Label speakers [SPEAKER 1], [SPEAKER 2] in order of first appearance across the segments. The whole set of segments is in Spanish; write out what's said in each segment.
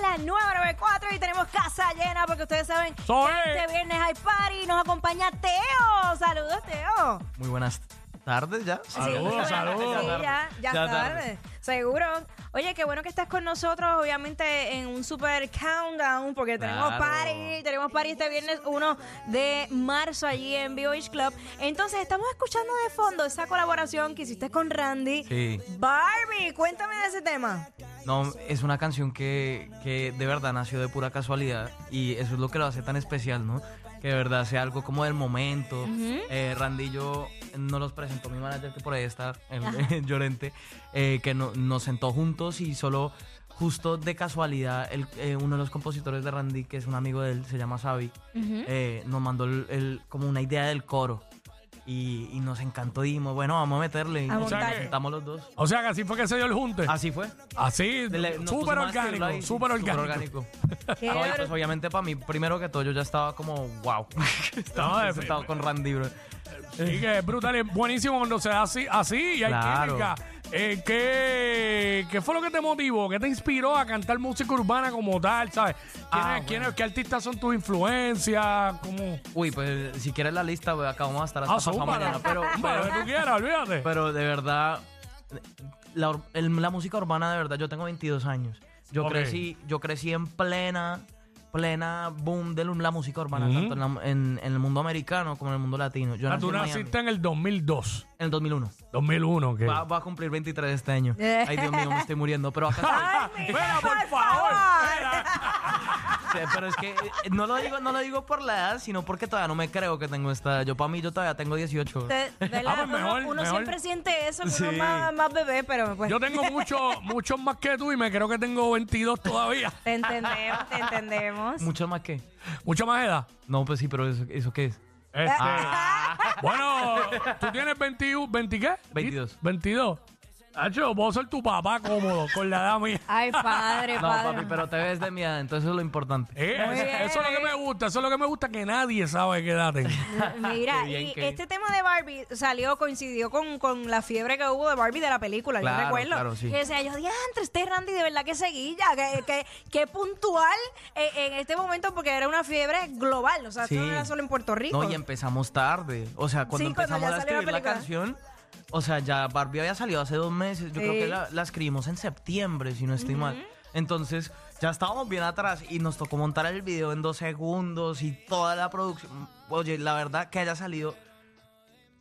[SPEAKER 1] la 994 y tenemos casa llena porque ustedes saben que
[SPEAKER 2] ¡Soy!
[SPEAKER 1] este viernes hay party y nos acompaña Teo. Saludos, Teo.
[SPEAKER 3] Muy buenas tardes ya.
[SPEAKER 2] Saludos, saludos.
[SPEAKER 1] Sí, ya, ya,
[SPEAKER 3] Ya
[SPEAKER 1] tarde.
[SPEAKER 3] tarde.
[SPEAKER 1] Seguro. Oye, qué bueno que estás con nosotros, obviamente, en un super countdown, porque tenemos
[SPEAKER 3] Claro.
[SPEAKER 1] party, tenemos party este viernes 1 de marzo allí en Vivo Beach Club. Entonces, estamos escuchando de fondo esa colaboración que hiciste con Randy.
[SPEAKER 3] Sí.
[SPEAKER 1] Barbie, cuéntame de ese tema.
[SPEAKER 3] No, es una canción que, que de verdad nació de pura casualidad y eso es lo que lo hace tan especial, ¿no? Que de verdad sea algo como del momento. Eh, Randy y yo nos los presentó mi manager que por ahí está, el, Llorente, eh, que no- nos sentó juntos y solo, justo de casualidad, el- eh, uno de los compositores de Randy, que es un amigo de él, se llama Xavi, eh, nos mandó el- el- como una idea del coro. Y, y nos encantó y dijimos, bueno, vamos a meterle. Y
[SPEAKER 1] A
[SPEAKER 3] nos
[SPEAKER 1] montarle.
[SPEAKER 3] presentamos los dos.
[SPEAKER 2] O sea que así fue que se dio el junte.
[SPEAKER 3] Así fue.
[SPEAKER 2] Así,
[SPEAKER 3] Le- nos
[SPEAKER 2] súper
[SPEAKER 3] pusimos a escribirlo ahí,
[SPEAKER 2] orgánico,
[SPEAKER 3] sí,
[SPEAKER 2] súper orgánico.
[SPEAKER 1] Qué
[SPEAKER 3] No, y
[SPEAKER 1] br-
[SPEAKER 3] pues obviamente para mí, primero que todo, yo ya estaba como, wow.
[SPEAKER 2] No,
[SPEAKER 3] estaba
[SPEAKER 2] es-
[SPEAKER 3] sentado con Randy, bro.
[SPEAKER 2] Y que es brutal, es buenísimo cuando se da así, así y hay
[SPEAKER 3] Claro.
[SPEAKER 2] química. Eh, ¿qué, qué fue lo que te motivó? ¿Qué te inspiró a cantar música urbana como tal? ¿Sabes? ¿Quiénes,
[SPEAKER 3] Ah, bueno.
[SPEAKER 2] quiénes- ¿Qué artistas son tus influencias? ¿Cómo?
[SPEAKER 3] Uy, pues si quieres la lista, pues, acá vamos a estar hasta
[SPEAKER 2] Ah,
[SPEAKER 3] pasado
[SPEAKER 2] zúmbala.
[SPEAKER 3] mañana. Pero,
[SPEAKER 2] Zúmbala,
[SPEAKER 3] pero,
[SPEAKER 2] lo que tú quieras, olvídate. Ah,
[SPEAKER 3] pero de verdad, la, ur- el- la música urbana, de verdad, yo tengo 22 años. Yo,
[SPEAKER 2] Ok.
[SPEAKER 3] crecí, yo crecí en plena plena boom de la música urbana,
[SPEAKER 2] Ujú.
[SPEAKER 3] tanto en, la- en- en el mundo americano como en el mundo latino. Yo
[SPEAKER 2] Ah,
[SPEAKER 3] nací
[SPEAKER 2] tú
[SPEAKER 3] en, Miami,
[SPEAKER 2] naciste en el 2002,
[SPEAKER 3] en el 2001.
[SPEAKER 2] 2001. que
[SPEAKER 3] Va, va a cumplir 23 este año. Ay, Dios mío, me estoy muriendo. Pero acá estoy.
[SPEAKER 1] Ay, mi-
[SPEAKER 2] Espera, por
[SPEAKER 1] favor.
[SPEAKER 2] favor.
[SPEAKER 3] Sí, pero es que eh, no lo digo, no lo digo por la edad, sino porque todavía no me creo que tengo esta. Yo para mí yo todavía tengo 18.
[SPEAKER 1] Te- ¿verdad?
[SPEAKER 2] Ah, pues
[SPEAKER 1] Uno-
[SPEAKER 2] mejor,
[SPEAKER 1] uno
[SPEAKER 2] mejor.
[SPEAKER 1] siempre siente eso, que uno es
[SPEAKER 3] Sí.
[SPEAKER 1] más, más bebé, pero pues.
[SPEAKER 2] Yo tengo muchos muchos más que tú y me creo que tengo 22 todavía.
[SPEAKER 1] Te entendemos, te entendemos.
[SPEAKER 3] Mucho más que.
[SPEAKER 2] Mucha más edad.
[SPEAKER 3] No, pues sí, pero eso, ¿eso qué es.
[SPEAKER 2] Este,
[SPEAKER 1] Ah.
[SPEAKER 2] Bueno, tú tienes 21, 20 qué?
[SPEAKER 3] 22.
[SPEAKER 2] 22. Hacho, puedo ser tu papá cómodo con la edad mía.
[SPEAKER 1] Ay, padre,
[SPEAKER 3] No,
[SPEAKER 1] padre.
[SPEAKER 3] papi, pero te ves de mi edad, entonces eso es lo importante.
[SPEAKER 2] Eh,
[SPEAKER 1] Muy
[SPEAKER 2] eso,
[SPEAKER 1] bien,
[SPEAKER 2] eso es lo que me gusta, eso es lo que me gusta que nadie sabe qué edad tengo.
[SPEAKER 1] Mira,
[SPEAKER 3] Qué bien,
[SPEAKER 1] y
[SPEAKER 3] qué bien.
[SPEAKER 1] este tema de Barbie salió, coincidió con, con la fiebre que hubo de Barbie de la película, yo
[SPEAKER 3] Claro,
[SPEAKER 1] recuerdo.
[SPEAKER 3] claro, sí.
[SPEAKER 1] Y decía yo, diantre, este Randy de verdad que seguilla, que, que, que puntual eh, en este momento porque era una fiebre global, o sea,
[SPEAKER 3] Sí.
[SPEAKER 1] esto no era solo en Puerto Rico.
[SPEAKER 3] No, y empezamos tarde. O sea, cuando
[SPEAKER 1] Sí, cuando
[SPEAKER 3] empezamos
[SPEAKER 1] ya salió
[SPEAKER 3] a
[SPEAKER 1] la
[SPEAKER 3] escribir la,
[SPEAKER 1] película.
[SPEAKER 3] canción, o sea, ya Barbie había salido hace dos meses. Yo creo
[SPEAKER 1] Sí.
[SPEAKER 3] que la, la escribimos en septiembre, si no estoy mal. Entonces, ya estábamos bien atrás y nos tocó montar el video en dos segundos y toda la producción. Oye, la verdad que haya salido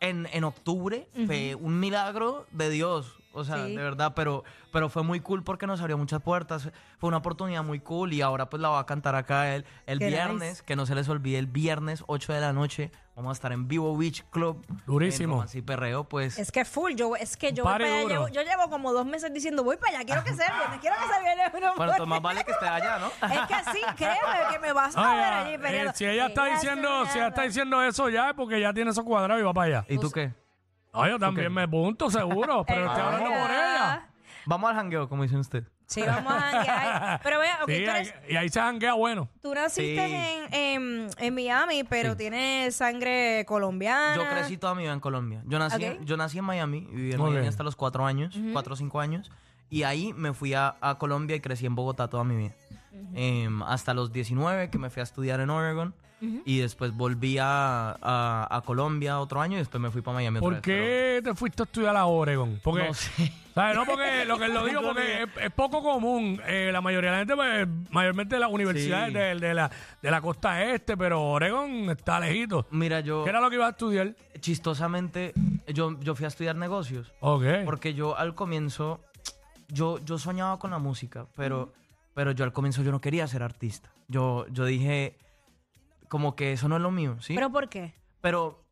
[SPEAKER 3] en, en octubre fue un milagro de Dios. O sea,
[SPEAKER 1] Sí.
[SPEAKER 3] de verdad, pero, pero fue muy cool porque nos abrió muchas puertas. Fue una oportunidad muy cool y ahora pues la va a cantar acá él el
[SPEAKER 1] Qué
[SPEAKER 3] viernes.
[SPEAKER 1] nice.
[SPEAKER 3] Que no se les olvide, el viernes 8 de la noche vamos a estar en Vivo Beach Club.
[SPEAKER 2] Durísimo.
[SPEAKER 3] En Romance y Perreo, pues.
[SPEAKER 1] Es que full, yo es que yo voy
[SPEAKER 2] Pare
[SPEAKER 1] para allá,
[SPEAKER 2] duro.
[SPEAKER 1] llevo- yo llevo como dos meses diciendo voy para allá, quiero que sea viernes, quiero que sea viernes. no,
[SPEAKER 3] Bueno,
[SPEAKER 1] porque-
[SPEAKER 3] entonces más vale que esté allá, ¿no?
[SPEAKER 1] Es que sí, créeme que me vas a
[SPEAKER 2] Ah,
[SPEAKER 1] ver
[SPEAKER 2] ya.
[SPEAKER 1] allí
[SPEAKER 2] Eh,
[SPEAKER 1] peleando.
[SPEAKER 2] si ella está diciendo, si ella está diciendo eso ya es porque ya tiene eso cuadrado y va para allá.
[SPEAKER 3] ¿Y tú qué?
[SPEAKER 2] No, yo también me punto seguro, pero estoy hablando
[SPEAKER 1] Ah.
[SPEAKER 2] por ella.
[SPEAKER 3] Vamos al jangueo, como dicen ustedes.
[SPEAKER 1] Sí, vamos a janguear. Pero vea, ok,
[SPEAKER 2] Sí,
[SPEAKER 1] tú, eres-
[SPEAKER 2] ahí- y ahí se janguea bueno.
[SPEAKER 1] tú naciste
[SPEAKER 3] Sí.
[SPEAKER 1] en, en, en Miami, pero
[SPEAKER 3] Sí.
[SPEAKER 1] tienes sangre colombiana.
[SPEAKER 3] Yo crecí toda mi vida en Colombia. Yo nací,
[SPEAKER 1] Ok.
[SPEAKER 3] yo nací en Miami, y viví en
[SPEAKER 2] Muy
[SPEAKER 3] Miami
[SPEAKER 2] bien.
[SPEAKER 3] hasta los cuatro años, cuatro o cinco años. Y ahí me fui a, a Colombia y crecí en Bogotá toda mi vida. Em, hasta los 19 que me fui a estudiar en Oregon. Y después volví a, a- a Colombia otro año y después me fui para Miami otra
[SPEAKER 2] ¿Por
[SPEAKER 3] vez,
[SPEAKER 2] qué te fuiste a estudiar a Oregon?
[SPEAKER 3] pero
[SPEAKER 2] Porque,
[SPEAKER 3] No sé.
[SPEAKER 2] ¿sabes? No, porque lo que lo digo
[SPEAKER 3] No
[SPEAKER 2] porque
[SPEAKER 3] idea.
[SPEAKER 2] es, es poco común. Eh, la mayoría de la gente, pues, mayormente las universidades
[SPEAKER 3] Sí.
[SPEAKER 2] de, de la, de la costa este, pero Oregon está lejito.
[SPEAKER 3] Mira, yo...
[SPEAKER 2] ¿Qué era lo que ibas a estudiar?
[SPEAKER 3] chistosamente, yo, yo fui a estudiar negocios.
[SPEAKER 2] Ok.
[SPEAKER 3] Porque yo al comienzo, yo, yo soñaba con la música, pero, pero yo al comienzo yo no quería ser artista. Yo, yo dije, como que eso no es lo mío, ¿sí? Pero,
[SPEAKER 1] ¿Pero por qué?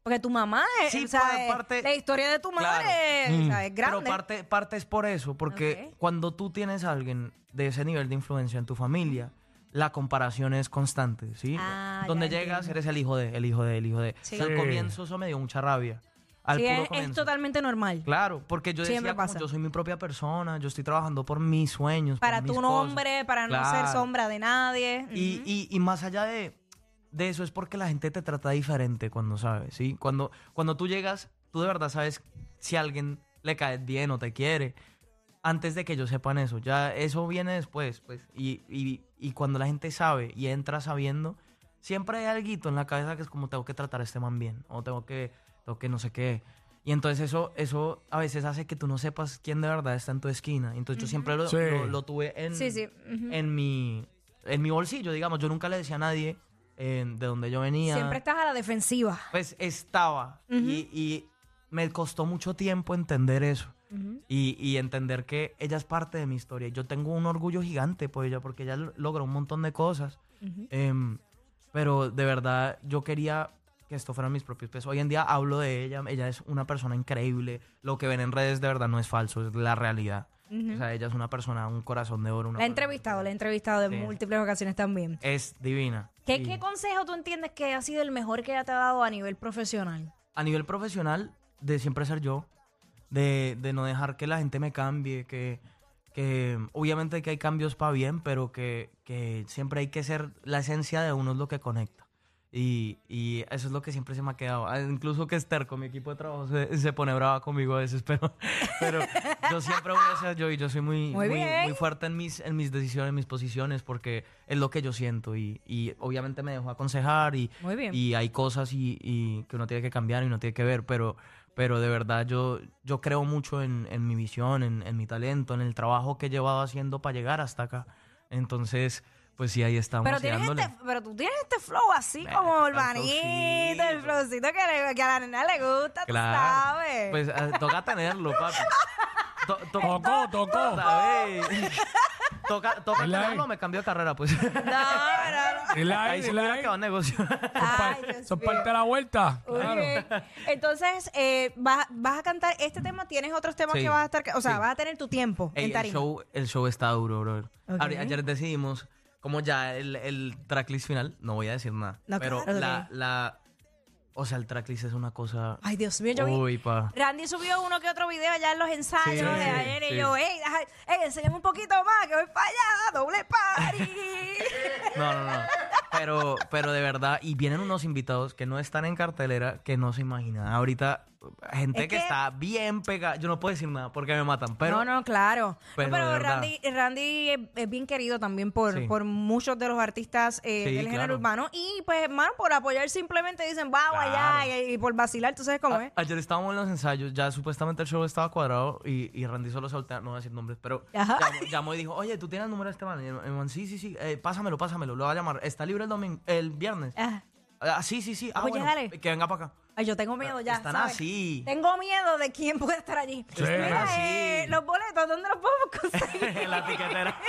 [SPEAKER 1] Porque tu mamá es.
[SPEAKER 3] Sí,
[SPEAKER 1] o sea,
[SPEAKER 3] por
[SPEAKER 1] es-
[SPEAKER 3] parte-
[SPEAKER 1] la historia de tu madre
[SPEAKER 3] Claro.
[SPEAKER 1] es, o sea, es grande.
[SPEAKER 3] pero parte, parte es por eso, porque
[SPEAKER 1] Ok.
[SPEAKER 3] cuando tú tienes a alguien de ese nivel de influencia en tu familia, la comparación es constante, ¿sí?
[SPEAKER 1] Ah, ya
[SPEAKER 3] Donde llegas,
[SPEAKER 1] entiendo.
[SPEAKER 3] eres el hijo de, el hijo de, el hijo de.
[SPEAKER 1] Sí.
[SPEAKER 3] O sea, al
[SPEAKER 2] Sí.
[SPEAKER 3] comienzo eso me dio mucha rabia. Al
[SPEAKER 1] Sí,
[SPEAKER 3] puro
[SPEAKER 1] es, es
[SPEAKER 3] comienzo.
[SPEAKER 1] totalmente normal.
[SPEAKER 3] Claro, porque yo
[SPEAKER 1] Siempre
[SPEAKER 3] decía como,
[SPEAKER 1] pasa.
[SPEAKER 3] yo soy mi propia persona, yo estoy trabajando por mis sueños. por
[SPEAKER 1] Para
[SPEAKER 3] mis
[SPEAKER 1] tu
[SPEAKER 3] cosas.
[SPEAKER 1] nombre, para no ser
[SPEAKER 3] Claro.
[SPEAKER 1] sombra de nadie.
[SPEAKER 3] Y, y- y más allá de, de eso es porque la gente te trata diferente cuando sabes, ¿sí? Cuando, cuando tú llegas, tú de verdad sabes si a alguien le caes bien o te quiere. antes de que ellos sepan eso. Ya eso viene después, pues. Y, y, y cuando la gente sabe y entra sabiendo, siempre hay algo en la cabeza que es como tengo que tratar a este man bien. O tengo que, tengo que no sé qué. Y entonces eso, eso a veces hace que tú no sepas quién de verdad está en tu esquina. Entonces yo siempre lo,
[SPEAKER 2] Sí.
[SPEAKER 3] lo- lo tuve en,
[SPEAKER 1] Sí, sí, ujú.
[SPEAKER 3] en mi en mi bolsillo, digamos. Yo nunca le decía a nadie eh, de dónde yo venía.
[SPEAKER 1] Siempre estás a la defensiva.
[SPEAKER 3] Pues estaba. y, y me costó mucho tiempo entender eso. y, y entender que ella es parte de mi historia. Yo tengo un orgullo gigante por ella porque ella lo- logró un montón de cosas. Em, pero de verdad yo quería que esto fueran mis propios pesos. Hoy en día hablo de ella. Ella es una persona increíble. Lo que ven en redes de verdad no es falso, es la realidad. O sea, ella es una persona, un corazón de oro. una
[SPEAKER 1] La he
[SPEAKER 3] persona-
[SPEAKER 1] entrevistado, la he entrevistado en
[SPEAKER 3] Sí.
[SPEAKER 1] múltiples ocasiones también.
[SPEAKER 3] Es divina.
[SPEAKER 1] ¿Qué,
[SPEAKER 3] Y-
[SPEAKER 1] ¿Qué consejo tú entiendes que ha sido el mejor que ella te ha dado a nivel profesional?
[SPEAKER 3] a nivel profesional, de siempre ser yo, de, de no dejar que la gente me cambie, que, que obviamente que hay cambios para bien, pero que, que siempre hay que ser, la esencia de uno es lo que conecta. Y, y eso es lo que siempre se me ha quedado. Ah, Incluso que Esther con mi equipo de trabajo se, se pone brava conmigo a veces, pero, pero yo siempre voy a ser yo y yo soy muy,
[SPEAKER 1] Muy bien.
[SPEAKER 3] muy fuerte en mis, en mis decisiones, en mis posiciones, porque es lo que yo siento y, y obviamente me dejo aconsejar y,
[SPEAKER 1] Muy bien.
[SPEAKER 3] y hay cosas y, y que uno tiene que cambiar y uno tiene que ver, pero, pero de verdad yo, yo creo mucho en, en mi visión, en, en mi talento, en el trabajo que he llevado haciendo para llegar hasta acá. Entonces, pues sí, ahí estamos.
[SPEAKER 1] Pero,
[SPEAKER 3] y
[SPEAKER 1] tienes
[SPEAKER 3] dándole.
[SPEAKER 1] este, pero tú tienes este flow así
[SPEAKER 3] Bueno,
[SPEAKER 1] como
[SPEAKER 3] está el
[SPEAKER 1] urbanito, el
[SPEAKER 3] flowcito.
[SPEAKER 1] flowcito que, le- que a la nena le gusta, tú sabes.
[SPEAKER 3] Pues ah, toca tenerlo, papi. To- to-
[SPEAKER 2] Tocó, tocó.
[SPEAKER 3] ¿sabes? toca toca
[SPEAKER 2] Relax.
[SPEAKER 3] tenerlo, me cambio de carrera, pues.
[SPEAKER 1] no, no, no.
[SPEAKER 2] Relax,
[SPEAKER 3] ahí supiera
[SPEAKER 2] relax.
[SPEAKER 3] que va a negocio.
[SPEAKER 2] Son par-
[SPEAKER 1] Ay, Dios
[SPEAKER 2] son
[SPEAKER 1] mío.
[SPEAKER 2] parte de la vuelta.
[SPEAKER 1] Muy
[SPEAKER 2] claro.
[SPEAKER 1] bien. Entonces, eh, vas, vas a cantar este tema, tienes otros temas
[SPEAKER 3] Sí,
[SPEAKER 1] que vas a estar, ca- o sea,
[SPEAKER 3] sí.
[SPEAKER 1] vas a tener tu tiempo
[SPEAKER 3] Ey,
[SPEAKER 1] en
[SPEAKER 3] el,
[SPEAKER 1] tarima.
[SPEAKER 3] show, el show está duro, brother.
[SPEAKER 1] Ok.
[SPEAKER 3] Abri- Ayer decidimos, como ya el, el tracklist final, no voy a decir nada.
[SPEAKER 1] No,
[SPEAKER 3] pero
[SPEAKER 1] claro,
[SPEAKER 3] la,
[SPEAKER 1] ok.
[SPEAKER 3] la. O sea, el tracklist es una cosa.
[SPEAKER 1] Ay, Dios mío, yo vi-
[SPEAKER 3] Uy, pa.
[SPEAKER 1] Randy subió uno que otro video allá en los ensayos
[SPEAKER 3] Sí,
[SPEAKER 1] de
[SPEAKER 3] sí,
[SPEAKER 1] ayer y
[SPEAKER 3] sí.
[SPEAKER 1] yo, ey, deja- ey, enséñame un poquito más, que voy para allá, doble party.
[SPEAKER 3] No, no, no. Pero, pero de verdad, y vienen unos invitados que no están en cartelera que no se imaginan. Ahorita, gente
[SPEAKER 1] Es
[SPEAKER 3] que,
[SPEAKER 1] que-
[SPEAKER 3] está bien pegada. Yo no puedo decir nada porque me matan,
[SPEAKER 1] no,
[SPEAKER 3] pero.
[SPEAKER 1] no, claro. No, Pero,
[SPEAKER 3] pero de verdad.
[SPEAKER 1] Randy, Randy es, es bien querido también por,
[SPEAKER 3] Sí.
[SPEAKER 1] por muchos de los artistas eh,
[SPEAKER 3] Sí,
[SPEAKER 1] del género
[SPEAKER 3] claro.
[SPEAKER 1] urbano y pues, hermano, por apoyar simplemente dicen, wow, allá
[SPEAKER 3] Claro. Ah,
[SPEAKER 1] y, y por vacilar, tú sabes cómo
[SPEAKER 3] A-
[SPEAKER 1] es.
[SPEAKER 3] ayer estábamos en los ensayos, ya supuestamente el show estaba cuadrado y, y Randy solo soltó, no voy a decir nombres, pero
[SPEAKER 1] Ajá.
[SPEAKER 3] llamó, llamó y dijo, oye, ¿tú tienes el número de este man? Y el, el man, sí, sí, sí, eh, pásamelo, pásamelo, lo va a llamar. ¿Está libre el domingo, el viernes?
[SPEAKER 1] Ah,
[SPEAKER 3] Ah, sí, sí, sí, ah,
[SPEAKER 1] Oye,
[SPEAKER 3] bueno,
[SPEAKER 1] dale.
[SPEAKER 3] que venga para acá.
[SPEAKER 1] ay, yo tengo miedo ya.
[SPEAKER 3] Están
[SPEAKER 1] ¿sabes?
[SPEAKER 3] así.
[SPEAKER 1] Tengo miedo de quién puede estar allí.
[SPEAKER 2] Sí.
[SPEAKER 1] Mira,
[SPEAKER 3] Así.
[SPEAKER 1] eh, los boletos, ¿dónde los podemos conseguir?
[SPEAKER 3] en la tiquetera.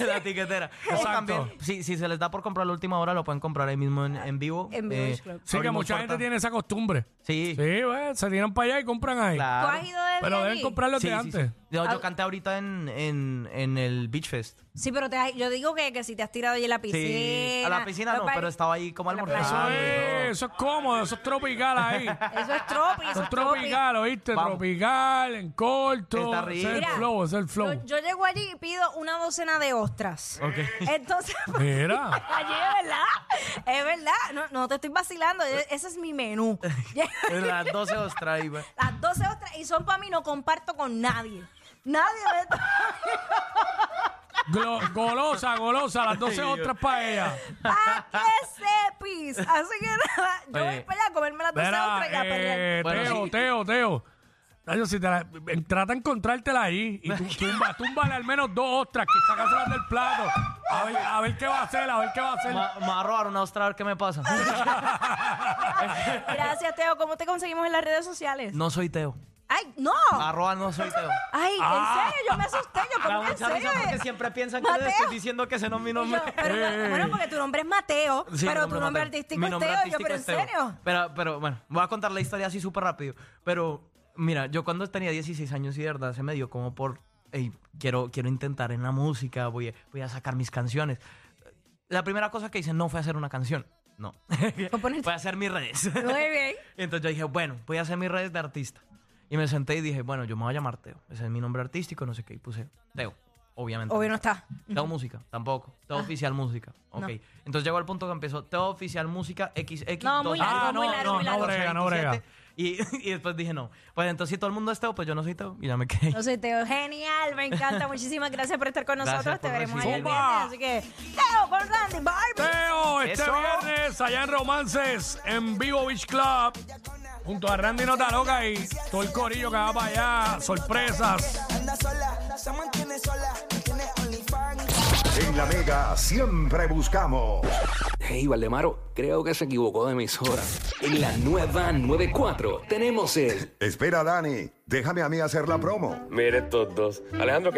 [SPEAKER 3] En la tiquetera. O
[SPEAKER 2] Exacto.
[SPEAKER 3] también, si, si se les da por comprar la última hora, lo pueden comprar ahí mismo en, en vivo.
[SPEAKER 1] Ah,
[SPEAKER 3] Eh,
[SPEAKER 1] En vivo, es claro.
[SPEAKER 2] Sí, que
[SPEAKER 3] abrimos
[SPEAKER 2] mucha
[SPEAKER 3] puerta.
[SPEAKER 2] gente tiene esa costumbre.
[SPEAKER 3] Sí,
[SPEAKER 2] Sí, bueno, se tiran para allá y compran ahí.
[SPEAKER 1] ¿Tú
[SPEAKER 3] claro.
[SPEAKER 1] has ido de
[SPEAKER 2] Pero
[SPEAKER 1] día a
[SPEAKER 2] deben
[SPEAKER 1] día?
[SPEAKER 2] comprarlos
[SPEAKER 3] Sí,
[SPEAKER 2] de
[SPEAKER 3] sí, sí.
[SPEAKER 2] antes.
[SPEAKER 3] Yo, yo
[SPEAKER 1] Ah.
[SPEAKER 3] canté ahorita en, en, en el Beach Fest.
[SPEAKER 1] Sí, pero te has- yo digo que, que si te has tirado allí en la piscina. pues,
[SPEAKER 3] Sí, a la piscina
[SPEAKER 1] los
[SPEAKER 3] no,
[SPEAKER 1] par-
[SPEAKER 3] pero estaba ahí como
[SPEAKER 1] la
[SPEAKER 2] Eso
[SPEAKER 3] almorzando.
[SPEAKER 2] es, eso es cómodo, eso es tropical ahí.
[SPEAKER 1] Eso es tropi, eso
[SPEAKER 2] Eso
[SPEAKER 1] es
[SPEAKER 2] es
[SPEAKER 1] tropi.
[SPEAKER 2] tropical, ¿oíste?
[SPEAKER 3] Vamos.
[SPEAKER 2] Tropical, en corto.
[SPEAKER 3] Está
[SPEAKER 2] ese es el
[SPEAKER 3] rico.
[SPEAKER 2] flow, ese es el
[SPEAKER 1] Yo,
[SPEAKER 2] flow.
[SPEAKER 1] yo llego allí y pido una docena de ostras.
[SPEAKER 3] Ok.
[SPEAKER 1] Entonces, pues,
[SPEAKER 2] Mira.
[SPEAKER 1] allí es verdad, es verdad. No, no te estoy vacilando, e- ese es mi menú.
[SPEAKER 3] En las 12 ostras iba.
[SPEAKER 1] Las 12 ostras y son para mí, no comparto con nadie. Nadie me-
[SPEAKER 2] Glo- golosa, golosa, las 12
[SPEAKER 3] Ay, Dios.
[SPEAKER 2] otras para ella.
[SPEAKER 1] ¡Pa' que sepis! Así que nada, yo voy
[SPEAKER 3] Oye.
[SPEAKER 1] para allá a comerme las 12
[SPEAKER 2] Mira,
[SPEAKER 1] ostras y a perrear.
[SPEAKER 2] eh,
[SPEAKER 3] Bueno,
[SPEAKER 2] Teo,
[SPEAKER 3] sí.
[SPEAKER 2] Teo, Teo. Nacho, si te la- eh, trata de encontrártela ahí y tú, tumba, túmbale al menos dos ostras, que sacas del plato. A ver, a ver qué va a hacer, a ver qué va a hacer.
[SPEAKER 3] Me va me va a robar una ostra a ver qué me pasa.
[SPEAKER 1] Gracias, Teo. ¿Cómo te conseguimos en las redes sociales?
[SPEAKER 3] No Ah. soy Teo.
[SPEAKER 1] ¡Ay, no!
[SPEAKER 3] Arroba no soy Teo.
[SPEAKER 1] Ay,
[SPEAKER 2] Ah.
[SPEAKER 1] en serio, yo me asusté. Yo,
[SPEAKER 3] Da
[SPEAKER 1] ¿cómo que en
[SPEAKER 3] mucha
[SPEAKER 1] serio?
[SPEAKER 3] risa porque siempre piensan que
[SPEAKER 1] Mateo.
[SPEAKER 3] les estoy diciendo que ese no es mi
[SPEAKER 1] Y yo,
[SPEAKER 3] nombre.
[SPEAKER 1] pero- bueno, porque tu nombre es Mateo,
[SPEAKER 3] Sí, mi
[SPEAKER 1] pero tu nombre
[SPEAKER 3] Mateo.
[SPEAKER 1] artístico
[SPEAKER 3] Mi
[SPEAKER 1] es Teo.
[SPEAKER 3] nombre
[SPEAKER 1] Y yo,
[SPEAKER 3] artístico
[SPEAKER 1] pero en
[SPEAKER 3] es Teo.
[SPEAKER 1] serio.
[SPEAKER 3] Pero, pero bueno, voy a contar la historia así súper rápido. Pero mira, yo cuando tenía 16 años y de verdad se me dio como por, "Ey, quiero, quiero intentar en la música, voy a, voy a sacar mis canciones. La primera cosa que hice no fue hacer una canción, no.
[SPEAKER 1] Componente.
[SPEAKER 3] fue hacer mis redes.
[SPEAKER 1] Muy bien.
[SPEAKER 3] Entonces yo dije, bueno, voy a hacer mis redes de artista. Y me senté y dije, bueno, yo me voy a llamar Teo. Ese es mi nombre artístico, no sé qué. Y puse Teo, obviamente.
[SPEAKER 1] Obvio no está. Ah.
[SPEAKER 3] Teo Música, tampoco. Teo Oficial Música. Ok.
[SPEAKER 1] No.
[SPEAKER 3] Entonces llegó al punto que empezó Teo Oficial Música XX.
[SPEAKER 2] Ah,
[SPEAKER 1] No, muy largo,
[SPEAKER 2] muy largo, muy largo.
[SPEAKER 3] brega,
[SPEAKER 2] no brega.
[SPEAKER 3] Y, y después dije, no. Pues entonces, si todo el mundo es Teo, pues yo no soy Teo. Y ya me quedé.
[SPEAKER 1] No soy Teo, genial, me encanta. Muchísimas gracias por estar con
[SPEAKER 3] Gracias
[SPEAKER 1] nosotros. Te
[SPEAKER 3] por
[SPEAKER 1] veremos ahí el
[SPEAKER 2] recibirme.
[SPEAKER 1] viernes. Así que, Teo con Randy Barbie.
[SPEAKER 2] Teo, este
[SPEAKER 3] Eso.
[SPEAKER 2] viernes allá en Romances, en Vivo Beach Club, junto a Randy Nota Loca y todo el corillo que va para allá, sorpresas.
[SPEAKER 4] Anda sola, se mantiene sola, tiene OnlyFans.
[SPEAKER 5] En la Mega siempre buscamos
[SPEAKER 6] Hey, Valdemaro, creo que se equivocó de emisora. En la nueva 94 tenemos el...
[SPEAKER 5] Espera, Dani, déjame a mí hacer la promo.
[SPEAKER 6] Mire estos dos. Alejandro, ¿qué